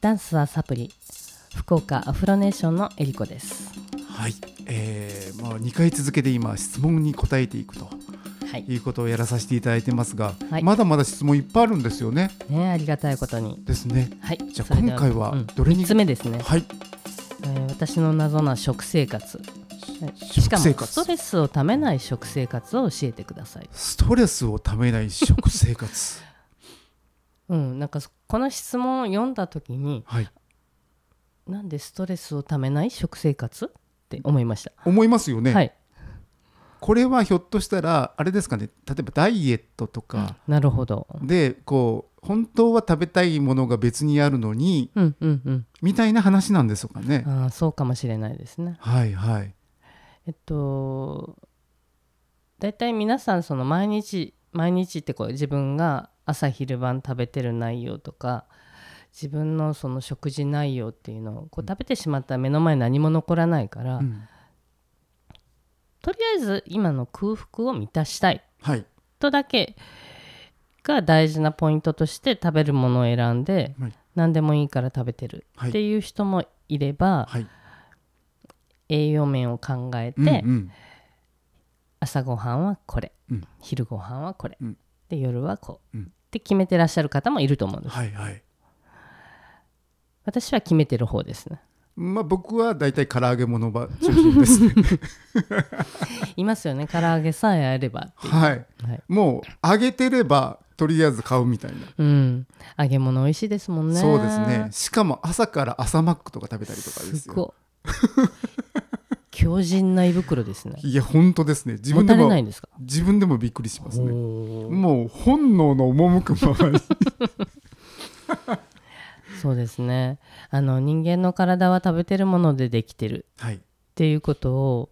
ダンスはサプリ福岡アフロネーションのえりこですはい、えーまあ、2回続けて今質問に答えていくとはいいうことをやらさせていただいてますが、はいまだまだ質問いっぱいあるんですよね。ねありがたいことにですね。はいじゃそあれで今回はうんどれに、三つ目ですね、はいえー私の謎な食生活食しかも生活ストレスをためない食生活を教えてくださいストレスをためない食生 活うんなんかそこの質問を読んだ時にはいなんでストレスをためない食生活って思いました、思いますよね、はいこれはひょっとしたらあれですかね例えばダイエットとかなるほどでこう本当は食べたいものが別にあるのにうんうんうんみたいな話なんですかね。あーそうかもしれないですねはいはいえっと大体皆さんその毎日毎日ってこう自分が朝昼晩食べてる内容とか自分のその食事内容っていうのをこう食べてしまったら目の前に何も残らないから、うんとりあえず今の空腹を満たしたいはいとだけが大事なポイントとして食べるものを選んで、はい何でもいいから食べてるはいっていう人もいれば、はい栄養面を考えて、うんうん朝ごはんはこれ、うん昼ごはんはこれ、うんで夜はこう、うんって決めてらっしゃる方もいると思うんですはいはい私は決めてる方ですねまあ、僕は大体唐揚げ物ば中 心ですね。いますよね唐揚げさえあればっていうはい。はいもう揚げてればとりあえず買うみたいな。うん揚げ物美味しいですもんねそうですね。しかも朝から朝マックとか食べたりとかですすよ。ごい強靭な胃袋ですねいや本当ですね。自持分でたれないもんですか自分でもびっくりしますね。おーもう本能の赴くままに。 そうですねあの人間の体は食べてるものでできてるはい。っていうことを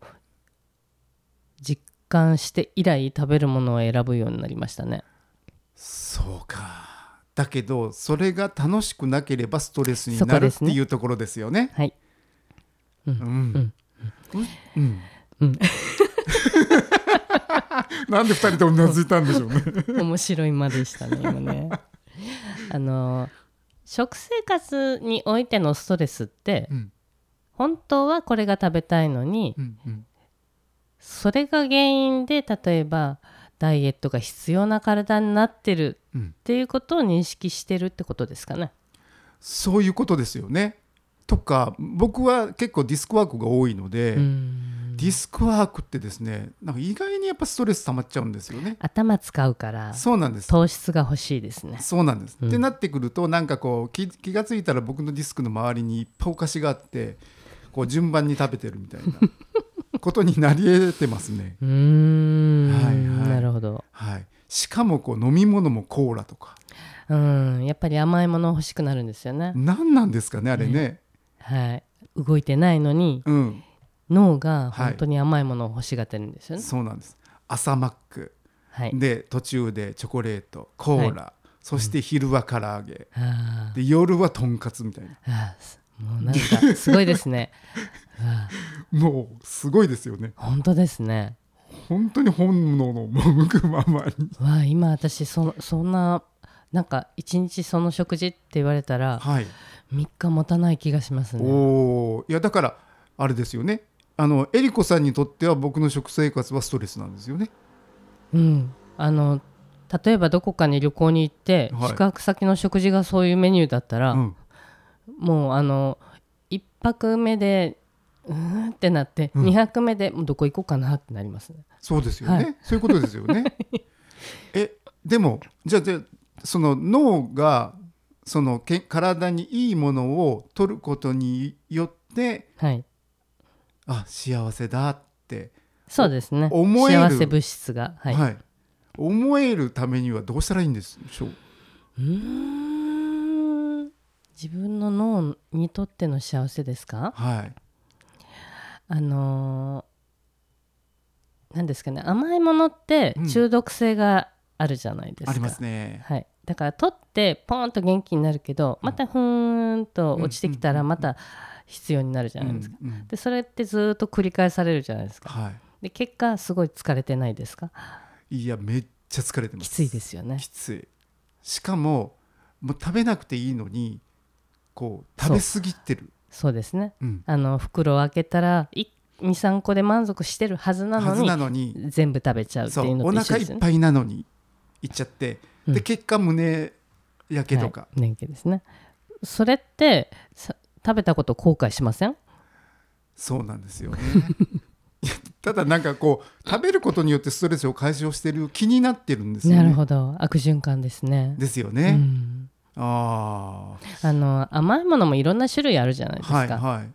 実感して以来食べるものを選ぶようになりましたねそうか。だけどそれが楽しくなければストレスにそなこでるっすてねいうところですよね。はいうん。うん。うん なんで二人とうなずいたんでしょうね。 面白い間でしたね今 ねあの食生活においてのストレスってうん本当はこれが食べたいのにうんうん。それが原因で例えばダイエットが必要な体になってるうんっていうことを認識してるってことですかねそういうことですよね。とか僕は結構ディスクワークが多いので、うんディスクワークってですねなんか意外にやっぱストレス溜まっちゃうんですよね。頭使うからそうなんです糖質が欲しいですねそうなんです、うんってなってくるとなんかこう気気が付いたら僕のディスクの周りにいっぱいお菓子があってこう順番に食べてるみたい なことになり得てますね。うーん、はいはいなるほどはい、しかもこう飲み物もコーラとかうんやっぱり甘いもの欲しくなるんですよね、何なんですかねあれね。はい動いてないのにうん、脳が本当に甘いものを欲しがってるんですよね。そうなんです朝マックはい。で途中でチョコレートコーラ、そして昼は唐揚げ、あーで夜はとんかつみたいなあー、すもうなんかすごいです ね。あもうすごいですよねー本当ですね。本当に本能の赴くままにわあ今私そそんななんか一日その食事って言われたらはい3日持たない気がしますね。おーいやだからあれですよねあのえりこさんにとっては僕の食生活はストレスなんですよねうん。あの例えばどこかに旅行に行って、はい宿泊先の食事がそういうメニューだったら、うんもうあの1泊目でうーんってなって、うん2泊目でもうどこ行こうかなってなりますね。そうですよね、はそういうことですよ ねえでもじゃあじゃあその脳がそのけ体にいいものを取ることによってはい。あ幸せだってそうですね。思える幸せ物質が。はい。はい、思えるためにはどうしたらいいんでしょううーん自分の脳にとっての幸せですかはいあのー、なんですかね甘いものってうん中毒性があるじゃないですか。ありますねはい、だから取ってポーンと元気になるけどまたふーんと落ちてきたらまた必要になるじゃないですか。うんうんでそれってずーっと繰り返されるじゃないですか。はで結果すごい疲れてないですかいいやめっちゃ疲れてまきすついですよねき。ついしかももう食べなくていいのにこう食べ過ぎてるそうですねうんあの袋を開けたら23個で満足してるはずなのはずになのに全部食べちゃうってそいううのおと一緒腹いですよっね。ぱいなのにいっちゃって、うんで結果胸やけとか、はい、年季ですねそれってさ食べたこと後悔しませんそうなんですよねいやただなんかこう食べることによってストレスを解消してる気になってるんですよねなるほど悪循環ですね。ですようね、ん、ああの甘いものもいろんな種類あるじゃないあですか。はいはい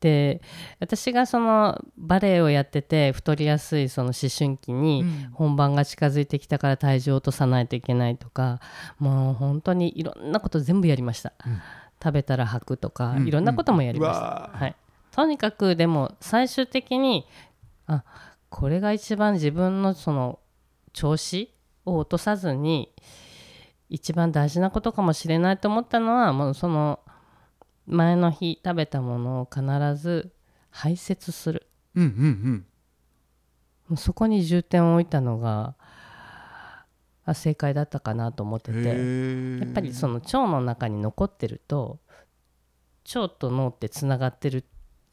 で私がそのバレエをやってて太りやすいその思春期にうん本番が近づいてきたから体重を落とさないといけないとかもう本当にいろんなこと全部やりました、うん食べたら吐くとか、うんいろんなこともやりました、うんうわーはい、とにかくでも最終的にあこれが一番自分のその調子を落とさずに一番大事なことかもしれないと思ったのはもうその前の日食べたものを必ず排泄するうんうんうんもうそこに重点を置いたのがあ正解だったかなと思っててへえやっぱりその腸の中に残ってると腸と脳ってつながってる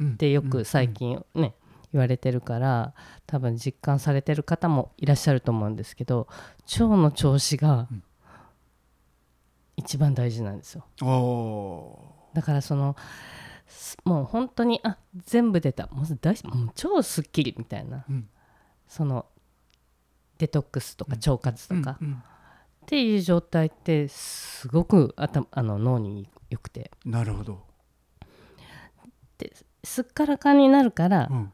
ってよく最近ね、言われてるから多分実感されてる方もいらっしゃると思うんですけど腸の調子がうん一番大事なんですよああだからそのすもう本当にあ全部出たもう大もう超すっきりみたいな、うんそのデトックスとか腸活とかうんうんっていう状態ってすごく頭あの脳に良くてなるほど、すっからかんになるから、う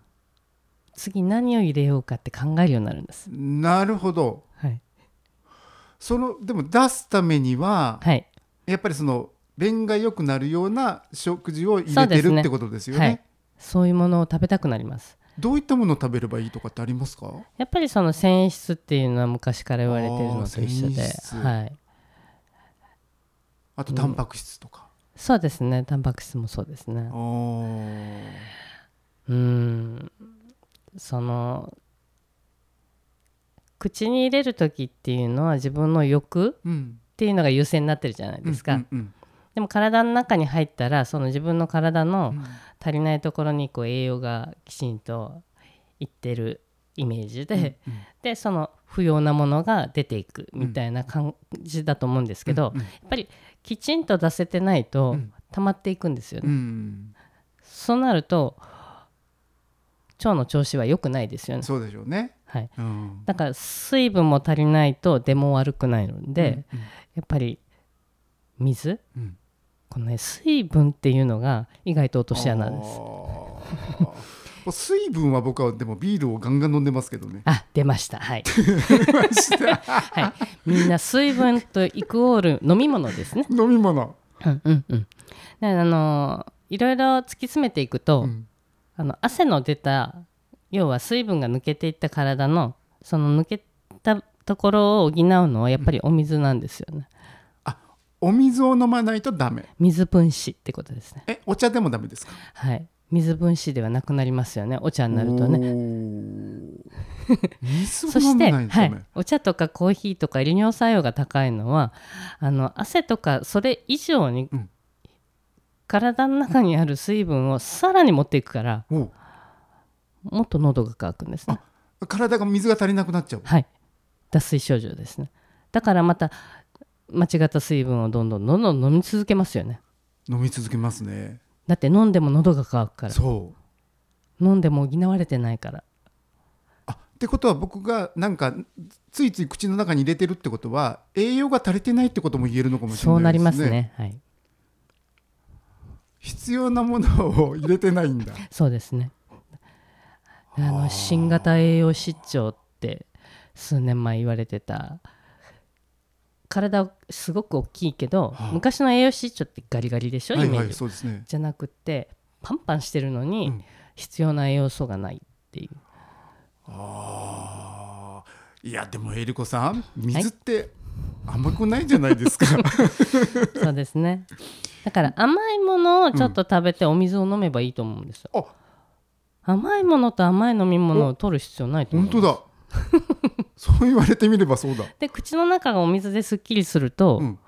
次何を入れようかって考えるようになるんです。ん、なるほどはい、そのでも出すためには、はいやっぱりその便が良くなるような食事を入それうてでするねってことですよねはい、そういうものを食べたくなりますどういったものを食べればいいとかってありますかやっぱりその繊維質っていうのは昔から言われてるのと一緒あでー繊維、質はい、あとタンパク質とか、そうですねタンパク質もそうですねあうんその口に入れる時っていうのは自分の欲あうんっていうのが優先になってるじゃないですか、うんうんでも体の中に入ったらその自分の体うのん足りないところにこう栄養がきちんといってるイメージで、うんでその不要なものが出ていくみたいな感じだと思うんですけど、うんやっぱりきちんと出せてないとうん溜まっていくんですよね、うんそうなると腸の調子は良くないですよね、そうでしょうね、はい、うん、だから水分も足りないと出も悪くないので、やうんっぱり水うんうんこのね水分っていうのが意外と落とし穴なんであすーもう 水分は僕はでもビールをガンガン飲んでますけどねあ出ました はい、ましてはい、みんな水分とイクオール飲み物ですね飲み物、うんうんうん、であのいろいろ突き詰めていくと、うんあの汗の出た要は水分が抜けていった体のその抜けたところを補うのはやっぱりお水なんですよね、お水を飲まないとダメ水分子ってことですねえお茶でもダメですかはい水分子ではなくなりますよねお茶になるとねね 水そをし飲て、まないとはダいメ、、お茶とかコーヒーとか利尿作用が高いのはあの汗とかそれ以上に、うん体の中にある水分をさらに持っていくからおうもっと喉が渇くんですね体が水が足りなくなっちゃうはい脱水症状ですねだからまた間違った水分をどんどんどんどん飲み続けますよね飲み続けますねだって飲んでも喉が渇くからそう飲んでも補われてないからあってことは僕がなんかついつい口の中に入れてるってことは栄養が足りてないってことも言えるのかもしれそなうないりですねますねはい必要なものを入れてない んだそうですねあの新型栄養失調って数年前言われてた体すごく大きいけど、はあ昔の栄養失調ってガリガリでしょ、はいイメはーいジそうですねじゃなくてパンパンしてるのうにん必要な栄養素がないっていう あーいやでもえりこさん水って甘くないじゃないです かそうですね。だから甘いものをちょっと食べてお水を飲めばいいと思うんですよ。あ甘いものと甘い飲み物を取る必要ないと思う本当だそう言われてみればそうだで口の中がお水ですっきりすると、うん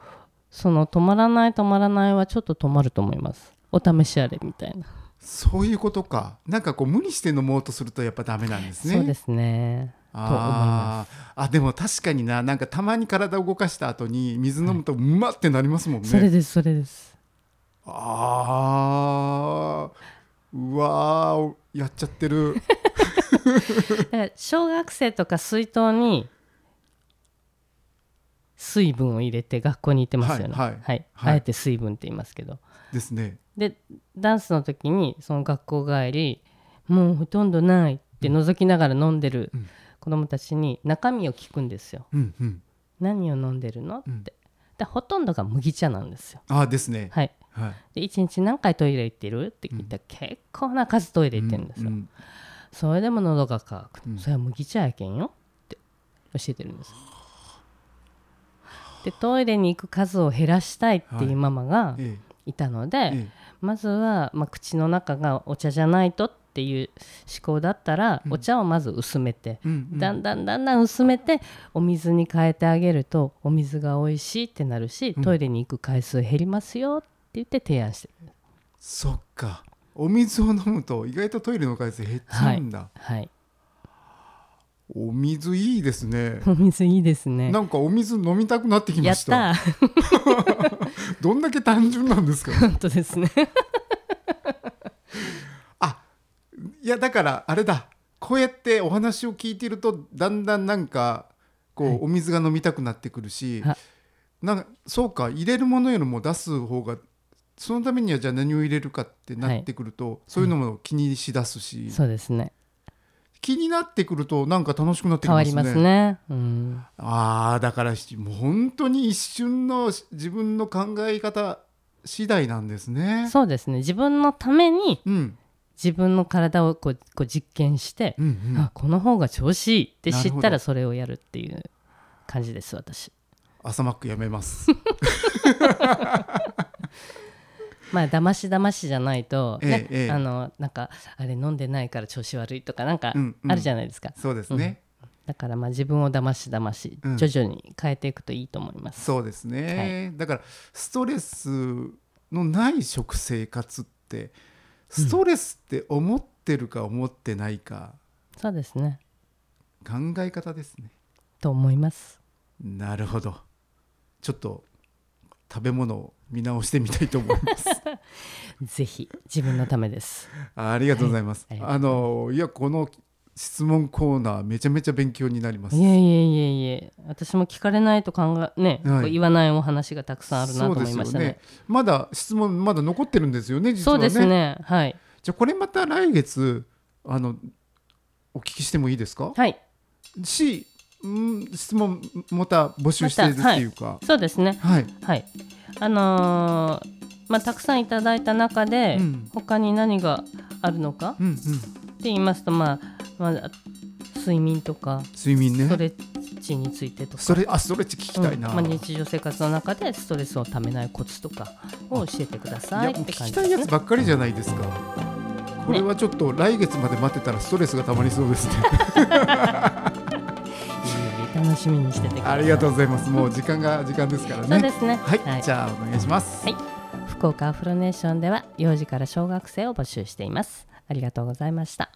その止まらない止まらないはちょっと止まると思いますお試しあれみたいな、そういうことかなんかこう無理して飲もうとするとやっぱダメなんですねそうですねあーあでも確かにななんかたまに体を動かした後に水飲むとうまってなりますもんね、それですそれですああうわーやっちゃってるだから小学生とか水筒に水分を入れて学校に行ってますよねはいはいはいあえて水分って言いますけどです ねでダンスの時にその学校帰りもうほとんどないって覗きながら飲んでるうん子供たちに中身を聞くんですようんうん何を飲んでるのって、うんでほとんどが麦茶なんですよああですねはいはいで1日何回トイレ行ってるって聞いたら、結構な数トイレ行ってるんですよ、ううそれでも喉が渇く、うんそれは麦茶やけんよって教えてるんですでトイレに行く数を減らしたいっていうママがえいたので、ええまずは、まあ、口の中がお茶じゃないとっていう思考だったら、うんお茶をまず薄めて、えうんうんだんだんだんだん薄めてお水に変えてあげるとお水が美味しいってなるしうんトイレに行く回数減りますよって言って提案してる、そっかお水を飲むと意外とトイレの回数減っちゃうんだ、 はい、お水いいですねお水いいですねなんかお水飲みたくなってきやまっしたたーどんだけ単純なんですか本当です ねあいやだからあれだこうやってお話を聞いてるとだんだんなんかこう、お水が飲みたくなってくるしはなんかそうか入れるものよりも出す方がそのためにはじゃあ何を入れるかってなってくると、そういうのも気にしだすし、そうですね気になってくるとなんか楽しくなってき変わまりすまねす。ねうんああだからしもう本当に一瞬のし自分の考え方次第なんですね。そうですね自分のためにうん自分の体をこうこう実験してうんうんあこの方が調子いいって知ったなるほどらそれをやるっていう感じです私朝マックや めます。まあだましだましじゃないと、ねええええあのなんかあれ飲んでないから調子悪いとかなんかうんうんあるじゃないですか、そうですね。だからまあ自分をだましだましうん徐々に変えていくといいと思います、そうですね。だからストレスのない食生活ってストレスって思ってるか思ってないかそうですね考え方ですね。と思いますなるほど。ちょっと食べ物を見直してみたいと思 います。ぜひ自分のためですありがとうございます。はいあのいやこの質問コーナーめちゃめちゃ勉強になります。いえいえいえいえ私も聞かれないと考えね、はいこう言わないお話がたくさんあるなとそう思いですましよたねね。まだ質問まだ残ってるんですよね。実そはうでね。すねはいじゃあこれまた来月あのお聞きしてもいいですか？はいし、うん質問また募集してるっていうか。そうですねはい。はいあのーまあたくさんいただいた中で、うん他に何があるのかうんうん。って言いますと、まあ、まあ、睡眠とか睡眠ね。ストレッチについてとか、それあストレッチ聞きたいな。うんまあ、日常生活の中でストレスをためないコツとかを教えてくださいやっもうて聞感きじたでいすやねつ。ばっかりじゃないですか。これはちょっと来月まで待ってたらストレスがたまりそうですね。 いい楽しみにしててくださあい。りがとうございます。もう時間が時間ですからね。そうですね。はい、じゃあお願いします。はい福岡アフロネーションでは幼児から小学生を募集しています。ありがとうございました。